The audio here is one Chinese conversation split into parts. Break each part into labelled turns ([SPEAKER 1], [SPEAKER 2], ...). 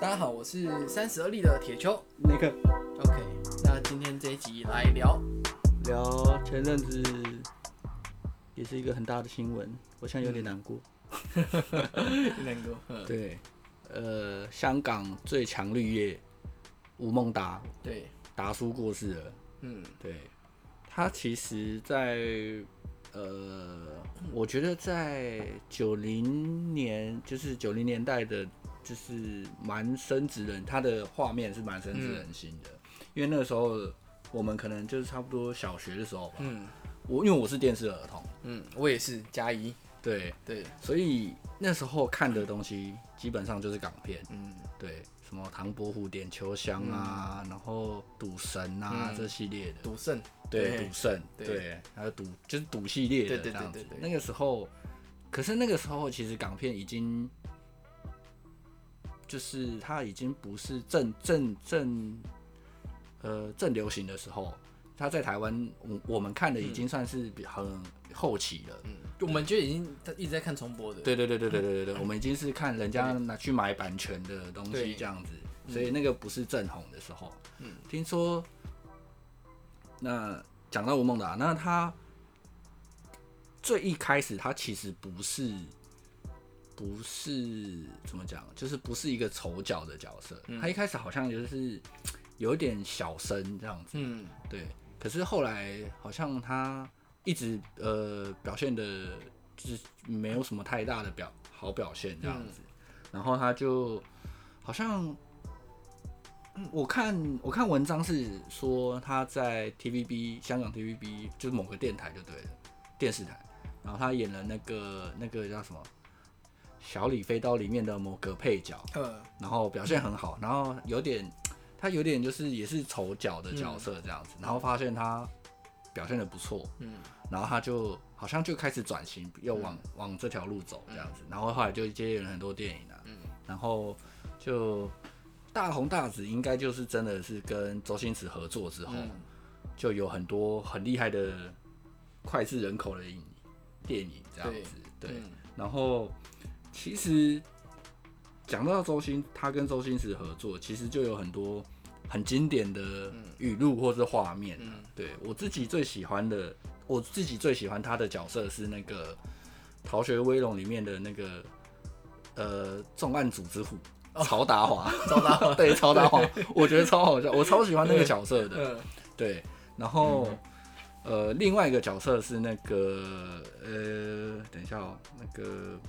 [SPEAKER 1] 大家好，我是三十而立的铁球。
[SPEAKER 2] 那个
[SPEAKER 1] OK，那今天这一集来聊，
[SPEAKER 2] 聊前阵子也是一个很大的新闻，我现在有点难过。
[SPEAKER 1] 能够，嗯
[SPEAKER 2] 对，呃，香港最强绿叶吴孟达
[SPEAKER 1] 对，
[SPEAKER 2] 达叔过世了。
[SPEAKER 1] 嗯
[SPEAKER 2] 对，他其实在，呃，我觉得在九零年，就是九零年代的，就是蛮深植人，他的画面是蛮深植人心的，因为那个时候我们可能就是差不多小学的时候吧。
[SPEAKER 1] 嗯
[SPEAKER 2] 我因为我是电视儿童，
[SPEAKER 1] 嗯，我也是加一，
[SPEAKER 2] 对，
[SPEAKER 1] 对，
[SPEAKER 2] 所以那时候看的东西基本上就是港片，
[SPEAKER 1] 嗯
[SPEAKER 2] 对，什么《唐伯虎点秋香》啊，然后《赌神啊》
[SPEAKER 1] 嗯
[SPEAKER 2] 这系列的。
[SPEAKER 1] 赌圣，
[SPEAKER 2] 对，赌圣，
[SPEAKER 1] 对
[SPEAKER 2] 对，还有赌就是赌系列
[SPEAKER 1] 对
[SPEAKER 2] 的
[SPEAKER 1] 对
[SPEAKER 2] 这
[SPEAKER 1] 对
[SPEAKER 2] 样
[SPEAKER 1] 对
[SPEAKER 2] 子
[SPEAKER 1] 对。对
[SPEAKER 2] 那个时候，可是那个时候其实港片已经，就是它已经不是正正正，呃，正流行的时候。它在台湾，我我们看的已经算是比很后期了。
[SPEAKER 1] 嗯，我们就已经一直在看重播的，嗯
[SPEAKER 2] 对对对对对对对对，我们已经是看人家拿去买版权的东
[SPEAKER 1] 对
[SPEAKER 2] 西这样子，所以那个不是正红的时候。
[SPEAKER 1] 嗯
[SPEAKER 2] 听说，那讲到吴孟达，那他最一开始他其实不是不是怎么讲，就是不是一个丑角的角色，
[SPEAKER 1] 嗯
[SPEAKER 2] 他一开始好像就是有点小生这样子。
[SPEAKER 1] 嗯
[SPEAKER 2] 对，可是后来好像他一直呃表现的，就是没有什么太大的表好表现这样子，然后他就好像，嗯我看我看文章是说他在 TVB 香港 TVB 就是某个电台就对了，电视台，然后他演了那个那个叫什么《小李飞刀》里面的某个配角，
[SPEAKER 1] 呃，
[SPEAKER 2] 然后表现很好，然后有点他有点就是也是丑角的角色这样子，然后发现他表现的不错，
[SPEAKER 1] 嗯
[SPEAKER 2] 然后他就好像就开始转型，又往、往这条路走这样子，然后后来就接演了很多电影啊，
[SPEAKER 1] 嗯
[SPEAKER 2] 然后就大红大紫，应该就是真的是跟周星驰合作之后，
[SPEAKER 1] 嗯
[SPEAKER 2] 就有很多很厉害的脍炙人口的影电影这样子，对。
[SPEAKER 1] 嗯
[SPEAKER 2] 然后其实讲到周星，他跟周星驰合作，其实就有很多很经典的语录或是画面、啊。
[SPEAKER 1] 嗯
[SPEAKER 2] 对我自己最喜欢的，我自己最喜欢他的角色是那个《逃学威龙》里面的那个呃重案组之父。
[SPEAKER 1] 哦
[SPEAKER 2] 曹达华， 曹达华，对曹达华，我觉得超好笑，我超喜欢那个角色的。
[SPEAKER 1] 呃，
[SPEAKER 2] 对，然后、呃，另外一个角色是那个呃，等一下哦，那个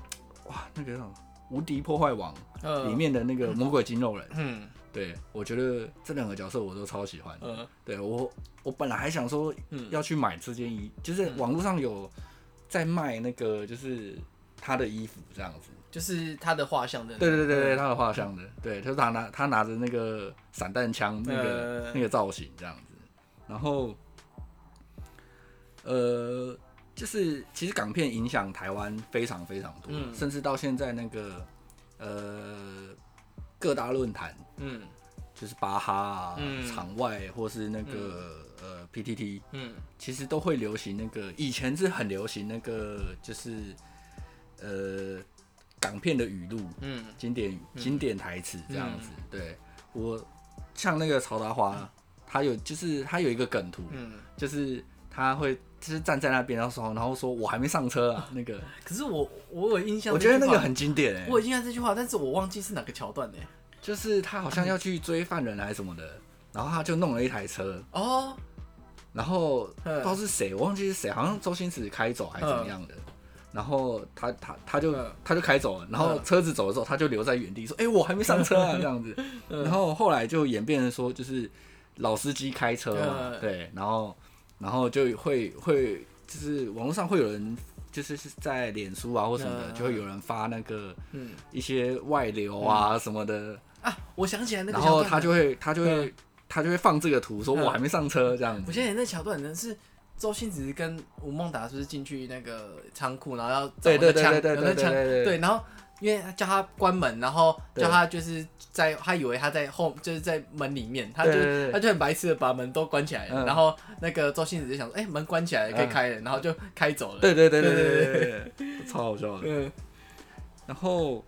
[SPEAKER 2] 哇，那个叫什么《无敌破坏王》
[SPEAKER 1] 呃
[SPEAKER 2] 里，面的那个魔鬼筋肉人，
[SPEAKER 1] 嗯
[SPEAKER 2] 对我觉得这两个角色我都超喜欢。
[SPEAKER 1] 呃，
[SPEAKER 2] 对我，我本来还想说
[SPEAKER 1] 嗯
[SPEAKER 2] 要去买这件衣，就是网络上有在卖那个，就是他的衣服这样子。
[SPEAKER 1] 就是他的画像的，
[SPEAKER 2] 对对对对，他的画像的，对，就是他拿他拿着那个散弹枪那个、
[SPEAKER 1] 呃
[SPEAKER 2] 那个造型这样子，然后，呃，就是其实港片影响台湾非常非常多，
[SPEAKER 1] 嗯
[SPEAKER 2] 甚至到现在那个呃各大论坛，
[SPEAKER 1] 嗯
[SPEAKER 2] 就是巴哈啊、
[SPEAKER 1] 嗯
[SPEAKER 2] 场外或是那个、呃 PTT，
[SPEAKER 1] 嗯
[SPEAKER 2] 其实都会流行那个，以前是很流行那个，就是呃港片的语录。
[SPEAKER 1] 嗯
[SPEAKER 2] 经典经典台词这样子。对我像那个曹达华，他有就是他有一个梗图，
[SPEAKER 1] 嗯，
[SPEAKER 2] 就是他会就是站在那边，然后说然后说我还没上车
[SPEAKER 1] 嗯
[SPEAKER 2] 啊， 那个
[SPEAKER 1] 可是我我有印象，
[SPEAKER 2] 我觉得那个很经典哎、
[SPEAKER 1] 我有印象这句话，但是我忘记是哪个桥段呢？
[SPEAKER 2] 就是他好像要去追犯人还是什么的，然后他就弄了一台车，
[SPEAKER 1] 哦，
[SPEAKER 2] 然后不
[SPEAKER 1] 嗯
[SPEAKER 2] 知道是谁，我忘记是谁，好像周星驰开走还是怎么样的。然后他他他就
[SPEAKER 1] 嗯
[SPEAKER 2] 他就开走了，然后
[SPEAKER 1] 嗯
[SPEAKER 2] 车子走的时候，他就留在原地说：“哎、我还没上车啊！”这样子。
[SPEAKER 1] 嗯
[SPEAKER 2] 然后后来就演变成说，就是老司机开车嘛
[SPEAKER 1] 嗯，
[SPEAKER 2] 对，然后然后就会会就是网络上会有人就是是在脸书啊或什么的，
[SPEAKER 1] 嗯
[SPEAKER 2] 就会有人发那个
[SPEAKER 1] 嗯
[SPEAKER 2] 一些外流啊什么的，
[SPEAKER 1] 啊，我想嗯起来那个
[SPEAKER 2] 然
[SPEAKER 1] 桥段了，
[SPEAKER 2] 后他就会他就会
[SPEAKER 1] 嗯
[SPEAKER 2] 他就会放这个图说：“
[SPEAKER 1] 嗯
[SPEAKER 2] 我还没上车。”这样子。
[SPEAKER 1] 我现在那桥段呢是周星驰跟吴孟达是不是进去那个仓库，然后要找
[SPEAKER 2] 对
[SPEAKER 1] 那
[SPEAKER 2] 对
[SPEAKER 1] 枪，
[SPEAKER 2] 对对
[SPEAKER 1] 有
[SPEAKER 2] 对
[SPEAKER 1] 那
[SPEAKER 2] 对
[SPEAKER 1] 枪，
[SPEAKER 2] 对对
[SPEAKER 1] 对，然后因为他叫他关门，然后
[SPEAKER 2] 对
[SPEAKER 1] 叫他就是在他以为他在后就是在门里面，他就
[SPEAKER 2] 对对对对
[SPEAKER 1] 他就很白痴的把门都关起来了，
[SPEAKER 2] 嗯
[SPEAKER 1] 然后那个周星驰就想说，哎、门关起来了可以开了，然后就开走了，嗯
[SPEAKER 2] 对对对
[SPEAKER 1] 对
[SPEAKER 2] 对
[SPEAKER 1] 对
[SPEAKER 2] 对对，超好笑的。
[SPEAKER 1] 嗯
[SPEAKER 2] 然后，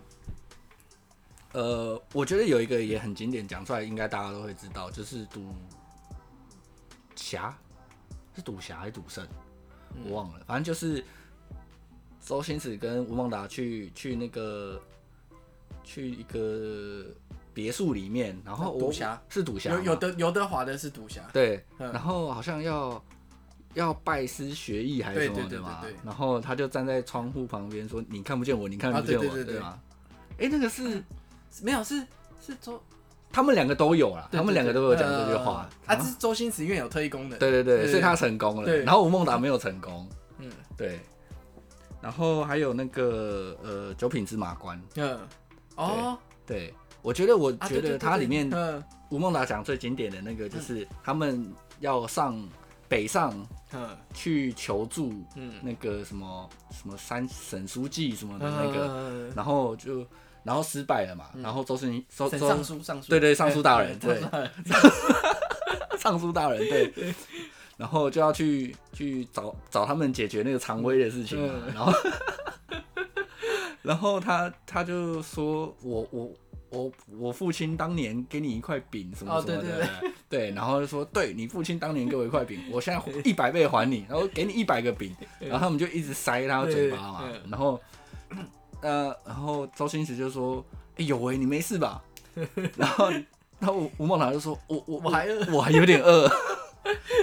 [SPEAKER 2] 呃，我觉得有一个也很经典，讲出来应该大家都会知道，就是赌侠，是赌侠还是赌圣？我忘了，反正就是周星驰跟吴孟达去去那个去一个别墅里面，然后我
[SPEAKER 1] 赌侠
[SPEAKER 2] 是赌侠
[SPEAKER 1] 有有
[SPEAKER 2] 嘛
[SPEAKER 1] 德刘德华的是赌侠，
[SPEAKER 2] 对，
[SPEAKER 1] 嗯
[SPEAKER 2] 然后好像要要拜师学艺还是
[SPEAKER 1] 对
[SPEAKER 2] 什么
[SPEAKER 1] 对
[SPEAKER 2] 的
[SPEAKER 1] 对
[SPEAKER 2] 嘛
[SPEAKER 1] 对对，
[SPEAKER 2] 然后他就站在窗户旁边说：“你看不见我，你看
[SPEAKER 1] 啊
[SPEAKER 2] 不见我，
[SPEAKER 1] 对对对对
[SPEAKER 2] 吗？”哎，那个是
[SPEAKER 1] 没有是是周，
[SPEAKER 2] 他们两个都有啦，
[SPEAKER 1] 对
[SPEAKER 2] 他们两个都有讲
[SPEAKER 1] 对
[SPEAKER 2] 这句
[SPEAKER 1] 呃
[SPEAKER 2] 话。
[SPEAKER 1] 啊，
[SPEAKER 2] 然
[SPEAKER 1] 这
[SPEAKER 2] 后
[SPEAKER 1] 是周星驰因为有特异功能，
[SPEAKER 2] 对对
[SPEAKER 1] 对
[SPEAKER 2] 对，
[SPEAKER 1] 对
[SPEAKER 2] 所以他成功了。
[SPEAKER 1] 对
[SPEAKER 2] 然后吴孟达没有成功，
[SPEAKER 1] 嗯
[SPEAKER 2] 对。然后还有那个呃九品芝麻官，
[SPEAKER 1] 嗯，哦，
[SPEAKER 2] 对我觉得我
[SPEAKER 1] 啊对
[SPEAKER 2] 觉得
[SPEAKER 1] 对
[SPEAKER 2] 它
[SPEAKER 1] 对
[SPEAKER 2] 里面
[SPEAKER 1] 嗯
[SPEAKER 2] 吴孟达讲最经典的那个就是他们要上北上
[SPEAKER 1] 嗯
[SPEAKER 2] 去求助
[SPEAKER 1] 嗯
[SPEAKER 2] 那个什么什么三省书记什么的那个，
[SPEAKER 1] 嗯，
[SPEAKER 2] 然后就然后失败了嘛，然后周星周
[SPEAKER 1] 沈
[SPEAKER 2] 周
[SPEAKER 1] 尚书尚书，
[SPEAKER 2] 对对尚书大人
[SPEAKER 1] 对，尚书大人
[SPEAKER 2] 尚书大人 对，然后就要去去找找他们解决那个常威的事情嘛，
[SPEAKER 1] 嗯
[SPEAKER 2] 然后 然后他他就说我我。我我父亲当年给你一块饼什么
[SPEAKER 1] 哦
[SPEAKER 2] 什么的，
[SPEAKER 1] 对
[SPEAKER 2] 对然后就说对你父亲当年给我一块饼， 我现在一百倍还你，然后给你一百个饼，然后他们就一直塞他嘴巴嘛
[SPEAKER 1] 对对，嗯
[SPEAKER 2] 然后呃，然后周星驰就说：“哎、有为、你没 事吧？”然后，然后吴吴孟达就说：“我我
[SPEAKER 1] 我还 饿
[SPEAKER 2] 我还有点饿。”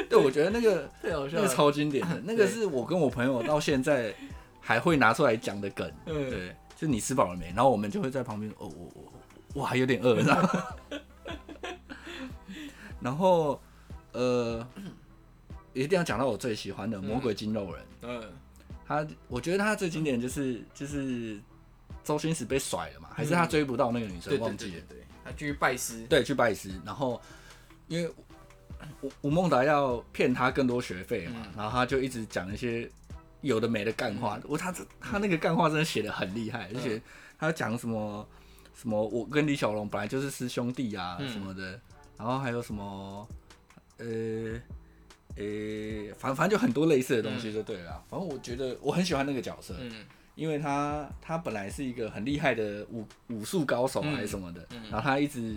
[SPEAKER 2] 对，我觉得那个
[SPEAKER 1] 太好笑
[SPEAKER 2] 那个
[SPEAKER 1] 了，
[SPEAKER 2] 超经典 的，那个是我跟我朋友到现在还会拿出来讲的梗。
[SPEAKER 1] 嗯，
[SPEAKER 2] 对，就你吃饱了没？然后我们就会在旁边，哦，我我我还有点饿， 然后，然后呃，一定要讲到我最喜欢的《魔鬼筋肉人》
[SPEAKER 1] 嗯
[SPEAKER 2] 他，我觉得他最经典就是就是周星驰被甩了嘛，还是他追不到那个女生，
[SPEAKER 1] 对对
[SPEAKER 2] 忘
[SPEAKER 1] 对
[SPEAKER 2] 记了
[SPEAKER 1] 对，对，他继续拜师，
[SPEAKER 2] 对，去拜师，然后因为吴吴孟达要骗他更多学费
[SPEAKER 1] 嗯
[SPEAKER 2] 嘛，然后他就一直讲一些有的没的干话，我他这他那个干话真的写的很厉害，而
[SPEAKER 1] 嗯
[SPEAKER 2] 且他讲什么什么我跟李小龙本来就是师兄弟啊
[SPEAKER 1] 嗯
[SPEAKER 2] 什么的，然后还有什么呃。呃，反反正就很多类似的东西就对了啦、反正我觉得我很喜欢那个角色，
[SPEAKER 1] 嗯
[SPEAKER 2] 因为他他本来是一个很厉害的武武术高手还是什么的，
[SPEAKER 1] 嗯嗯
[SPEAKER 2] 然后他一直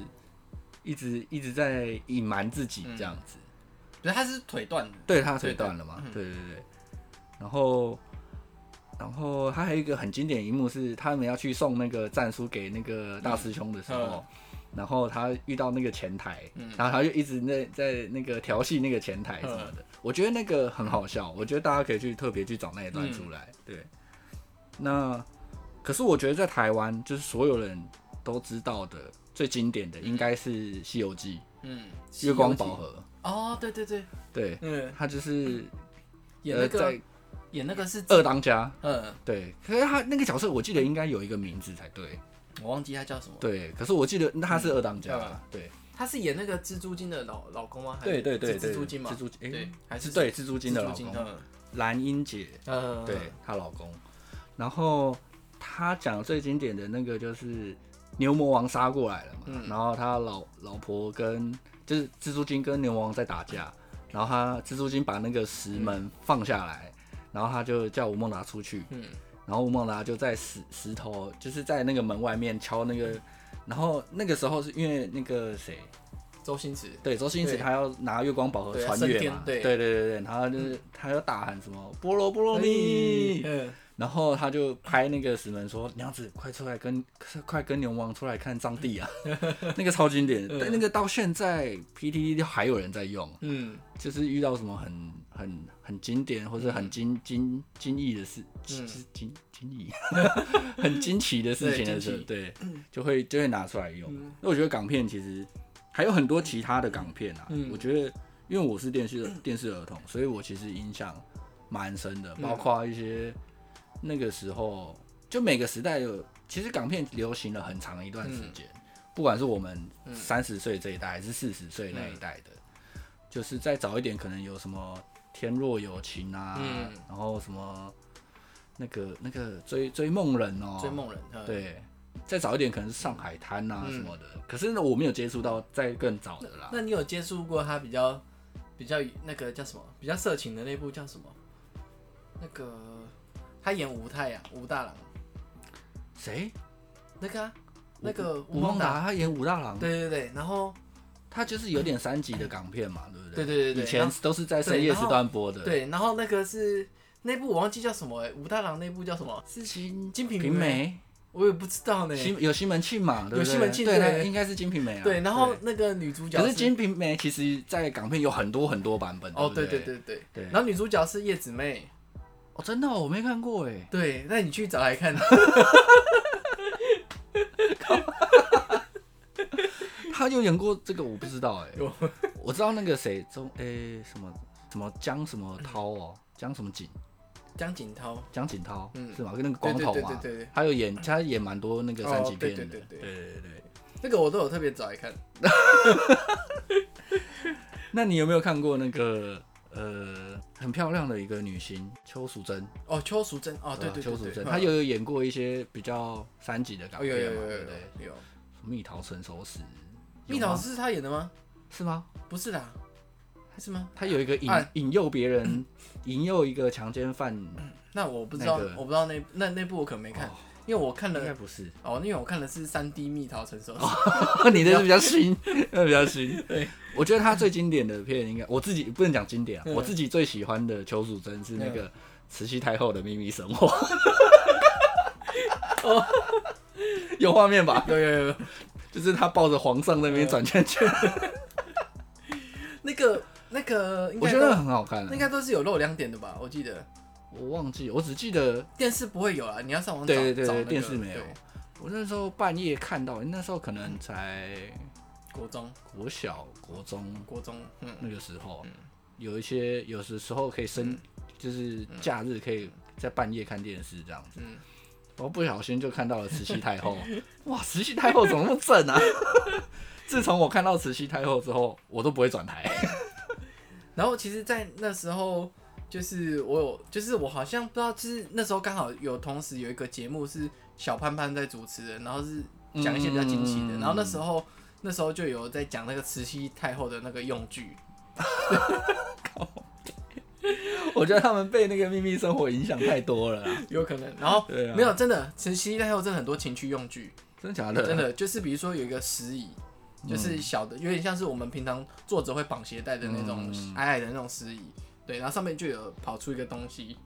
[SPEAKER 2] 一直一直在隐瞒自己这样子，
[SPEAKER 1] 可是他是腿断的，
[SPEAKER 2] 对他腿断了嘛，
[SPEAKER 1] 对
[SPEAKER 2] 对对对，然后然后他还有一个很经典的一幕是他们要去送那个战书给那个大师兄的时候。
[SPEAKER 1] 嗯
[SPEAKER 2] 然后他遇到那个前台，
[SPEAKER 1] 嗯
[SPEAKER 2] 然后他就一直在在那个调戏那个前台什么的，我觉得那个很好笑，我觉得大家可以去特别去找那一段出来。对，那可是我觉得在台湾，就是所有人都知道的最经典的应该是《西游记
[SPEAKER 1] 嗯，》
[SPEAKER 2] 月光
[SPEAKER 1] 西游
[SPEAKER 2] 宝
[SPEAKER 1] 记，
[SPEAKER 2] 盒，
[SPEAKER 1] 哦，对对对，
[SPEAKER 2] 对，
[SPEAKER 1] 嗯，
[SPEAKER 2] 他就是
[SPEAKER 1] 演
[SPEAKER 2] 呃
[SPEAKER 1] 那个
[SPEAKER 2] 在
[SPEAKER 1] 演那个是，
[SPEAKER 2] 二当家，
[SPEAKER 1] 嗯，
[SPEAKER 2] 对，可是他那个角色我记得应该有一个名字才对，
[SPEAKER 1] 我忘记他叫什么，
[SPEAKER 2] 对，可是我记得他是二当家
[SPEAKER 1] 嗯，
[SPEAKER 2] 对，
[SPEAKER 1] 他是演那个蜘蛛精的老老公吗？还
[SPEAKER 2] 对
[SPEAKER 1] 是
[SPEAKER 2] 对对
[SPEAKER 1] 蜘
[SPEAKER 2] 对，
[SPEAKER 1] 蛛精嘛，
[SPEAKER 2] 蜘蛛精，
[SPEAKER 1] 对
[SPEAKER 2] 诶，
[SPEAKER 1] 还是
[SPEAKER 2] 对蜘蛛精的
[SPEAKER 1] 蜘
[SPEAKER 2] 老
[SPEAKER 1] 蛛精，
[SPEAKER 2] 公
[SPEAKER 1] 嗯
[SPEAKER 2] 蓝英姐，
[SPEAKER 1] 嗯，
[SPEAKER 2] 对她老公，然后她讲最经典的那个就是牛魔王杀过来了嘛，
[SPEAKER 1] 嗯
[SPEAKER 2] 然后她老老婆跟就是蜘蛛精跟牛魔王在打架，然后她蜘蛛精把那个石门放下来，然后她就叫吴孟达出去，
[SPEAKER 1] 嗯
[SPEAKER 2] 然后吴孟达就在石石头就是在那个门外面敲那个，然后那个时候是因为那个谁。
[SPEAKER 1] 周星驰，
[SPEAKER 2] 对，周星驰
[SPEAKER 1] 对
[SPEAKER 2] 他要拿月光宝盒
[SPEAKER 1] 对啊
[SPEAKER 2] 穿
[SPEAKER 1] 升
[SPEAKER 2] 越
[SPEAKER 1] 天
[SPEAKER 2] 嘛，
[SPEAKER 1] 对
[SPEAKER 2] 对对对对，然后就是他就大喊什么“菠萝菠萝蜜”，
[SPEAKER 1] 嗯，
[SPEAKER 2] 然后他就拍那个石门说：“娘子，快出来跟快跟牛王出来看藏地 啊！”那个超经典，但那个到现在 PTT 都还有人在用，
[SPEAKER 1] 嗯
[SPEAKER 2] 就是遇到什么很很很经典或者很惊惊惊异的事，
[SPEAKER 1] 嗯
[SPEAKER 2] 惊惊惊异， 很惊奇嗯的事情的时候，对，就会就会拿出来用。那我觉得港片其实还有很多其他的港片啊，
[SPEAKER 1] 嗯
[SPEAKER 2] 我觉得因为我是电视电视儿童，所以我其实影响蛮深的，包括一些那个时候就每个时代有，其实港片流行了很长一段时间，不管是我们三十岁这一代还是四十岁那一代的。就是再早一点，可能有什么《天若有情》啊，
[SPEAKER 1] 嗯
[SPEAKER 2] 然后什么那个那个追追梦人哦，
[SPEAKER 1] 追梦人，嗯，
[SPEAKER 2] 对，再早一点可能是上海滩啊
[SPEAKER 1] 嗯
[SPEAKER 2] 什么的，可是呢我没有接触到再更早的啦。
[SPEAKER 1] 那你有接触过他比较比较那个叫什么比较色情的那部叫什么？那啊个他演吴太阳吴大郎
[SPEAKER 2] 谁？
[SPEAKER 1] 那个啊那个
[SPEAKER 2] 吴
[SPEAKER 1] 吴
[SPEAKER 2] 孟
[SPEAKER 1] 孟达，
[SPEAKER 2] 达他演武大郎，
[SPEAKER 1] 对对对，然后
[SPEAKER 2] 他就是有点三级的港片嘛，对不对？
[SPEAKER 1] 对对对对
[SPEAKER 2] 以前
[SPEAKER 1] 然
[SPEAKER 2] 都是在深夜时段播的。，
[SPEAKER 1] 对，然后那个是那部我忘记叫什么、欸，武大郎那部叫什么？
[SPEAKER 2] 是金
[SPEAKER 1] 金瓶
[SPEAKER 2] 瓶
[SPEAKER 1] 梅，
[SPEAKER 2] 梅，
[SPEAKER 1] 我也不知道呢、
[SPEAKER 2] 西有西门庆嘛，对
[SPEAKER 1] 有
[SPEAKER 2] 不对？
[SPEAKER 1] 西门庆
[SPEAKER 2] 对，
[SPEAKER 1] 对
[SPEAKER 2] 那应该是金瓶梅啊。
[SPEAKER 1] 对，然后那个女主角
[SPEAKER 2] 可是《金瓶梅》其实在港片有很多很多版本。
[SPEAKER 1] 哦，
[SPEAKER 2] 对
[SPEAKER 1] 对
[SPEAKER 2] 不
[SPEAKER 1] 对
[SPEAKER 2] 对
[SPEAKER 1] 对对，
[SPEAKER 2] 对
[SPEAKER 1] 然后女主角是叶子妹，
[SPEAKER 2] 哦，真的哦、我没看过哎。
[SPEAKER 1] 对，那你去找来 看，
[SPEAKER 2] 他有演过这个，我不知 道哎
[SPEAKER 1] 有。
[SPEAKER 2] 我知道那个谁中哎什么什么江什么涛哦，江什么景，
[SPEAKER 1] 江景涛，
[SPEAKER 2] 江景涛、
[SPEAKER 1] 嗯
[SPEAKER 2] 是吗？跟那个
[SPEAKER 1] 对
[SPEAKER 2] 光
[SPEAKER 1] 对
[SPEAKER 2] 头
[SPEAKER 1] 对
[SPEAKER 2] 嘛，
[SPEAKER 1] 对对对，
[SPEAKER 2] 他有演他演蛮多那个三级
[SPEAKER 1] 哦对
[SPEAKER 2] 片的。
[SPEAKER 1] 对对对
[SPEAKER 2] 对对
[SPEAKER 1] 这个我都有特别找来看，
[SPEAKER 2] 那你有没有看过那个呃很漂亮的一个女星邱淑贞？
[SPEAKER 1] 哦，邱淑贞，哦，对
[SPEAKER 2] 吧
[SPEAKER 1] 对
[SPEAKER 2] 邱
[SPEAKER 1] 对
[SPEAKER 2] 淑
[SPEAKER 1] 对
[SPEAKER 2] 贞，
[SPEAKER 1] 对，
[SPEAKER 2] 她有演过一些比较三级的港
[SPEAKER 1] 哦，有
[SPEAKER 2] 片
[SPEAKER 1] 有
[SPEAKER 2] 嘛，
[SPEAKER 1] 有
[SPEAKER 2] 对
[SPEAKER 1] 有
[SPEAKER 2] 不对？
[SPEAKER 1] 有，有
[SPEAKER 2] 蜜桃成熟时，
[SPEAKER 1] 蜜桃是他演的吗？
[SPEAKER 2] 是吗？
[SPEAKER 1] 不是啦，还是吗？
[SPEAKER 2] 他有一个引
[SPEAKER 1] 哎
[SPEAKER 2] 引诱别人，引诱一个强奸犯，
[SPEAKER 1] 那我不知道，
[SPEAKER 2] 那个
[SPEAKER 1] 我不知道那那那部我可能没看
[SPEAKER 2] 哦，
[SPEAKER 1] 因为我看
[SPEAKER 2] 应该
[SPEAKER 1] 了
[SPEAKER 2] 不哦是。
[SPEAKER 1] 哦，因为我看的是三 D 蜜桃成熟，
[SPEAKER 2] 你的是比较 新，那比较新。
[SPEAKER 1] 对，
[SPEAKER 2] 我觉得他最经典的片应该我自己不能讲经典啊，
[SPEAKER 1] 嗯
[SPEAKER 2] 我自己最喜欢的邱淑贞是那个《慈禧太后的秘密生 活》。 有画面吧？
[SPEAKER 1] 有有有有，
[SPEAKER 2] 就是他抱着皇上那
[SPEAKER 1] 嗯
[SPEAKER 2] 边转圈圈，
[SPEAKER 1] 那个那个应
[SPEAKER 2] 我
[SPEAKER 1] 该
[SPEAKER 2] 觉
[SPEAKER 1] 都
[SPEAKER 2] 得很好看啊
[SPEAKER 1] 那。应该都是有露两点的吧，我记得
[SPEAKER 2] 我忘记，我只记得
[SPEAKER 1] 电视不会有啊，你要上网找
[SPEAKER 2] 对对对
[SPEAKER 1] 找那
[SPEAKER 2] 对，
[SPEAKER 1] 个
[SPEAKER 2] 电视没有
[SPEAKER 1] 对。
[SPEAKER 2] 我那时候半夜看到，那时候可能才
[SPEAKER 1] 国中
[SPEAKER 2] 国小、国中
[SPEAKER 1] 国中，嗯，
[SPEAKER 2] 那个时候
[SPEAKER 1] 嗯，
[SPEAKER 2] 有一些有的时候可以深，就是假日可以在半夜看电视这样子
[SPEAKER 1] 嗯。
[SPEAKER 2] 我不小心就看到了慈禧 太后，哇，慈禧太后怎么那么正啊？ 自从我看到慈禧太后之后，我都不会 转台。
[SPEAKER 1] 然后其实，在那时候，就是我有，就是我好像不知道，就是那时候刚好有同时有一个节目是小潘潘在主持的，然后是讲一些比较惊喜的。
[SPEAKER 2] 嗯
[SPEAKER 1] 然后那时候，那时候就有在讲那个慈禧太后的那个用具，
[SPEAKER 2] 我觉得他们被那个秘密生活影响太多了啦，
[SPEAKER 1] 有可能。然后、
[SPEAKER 2] 对啊
[SPEAKER 1] 没有真的，慈禧太后真的很多情趣用具，
[SPEAKER 2] 真的假的？
[SPEAKER 1] 真的就是比如说有一个石椅。就是小的，有点像是我们平常坐着会绑鞋带的那种
[SPEAKER 2] 嗯
[SPEAKER 1] 矮矮的那种石椅，对，然后上面就有跑出一个东西，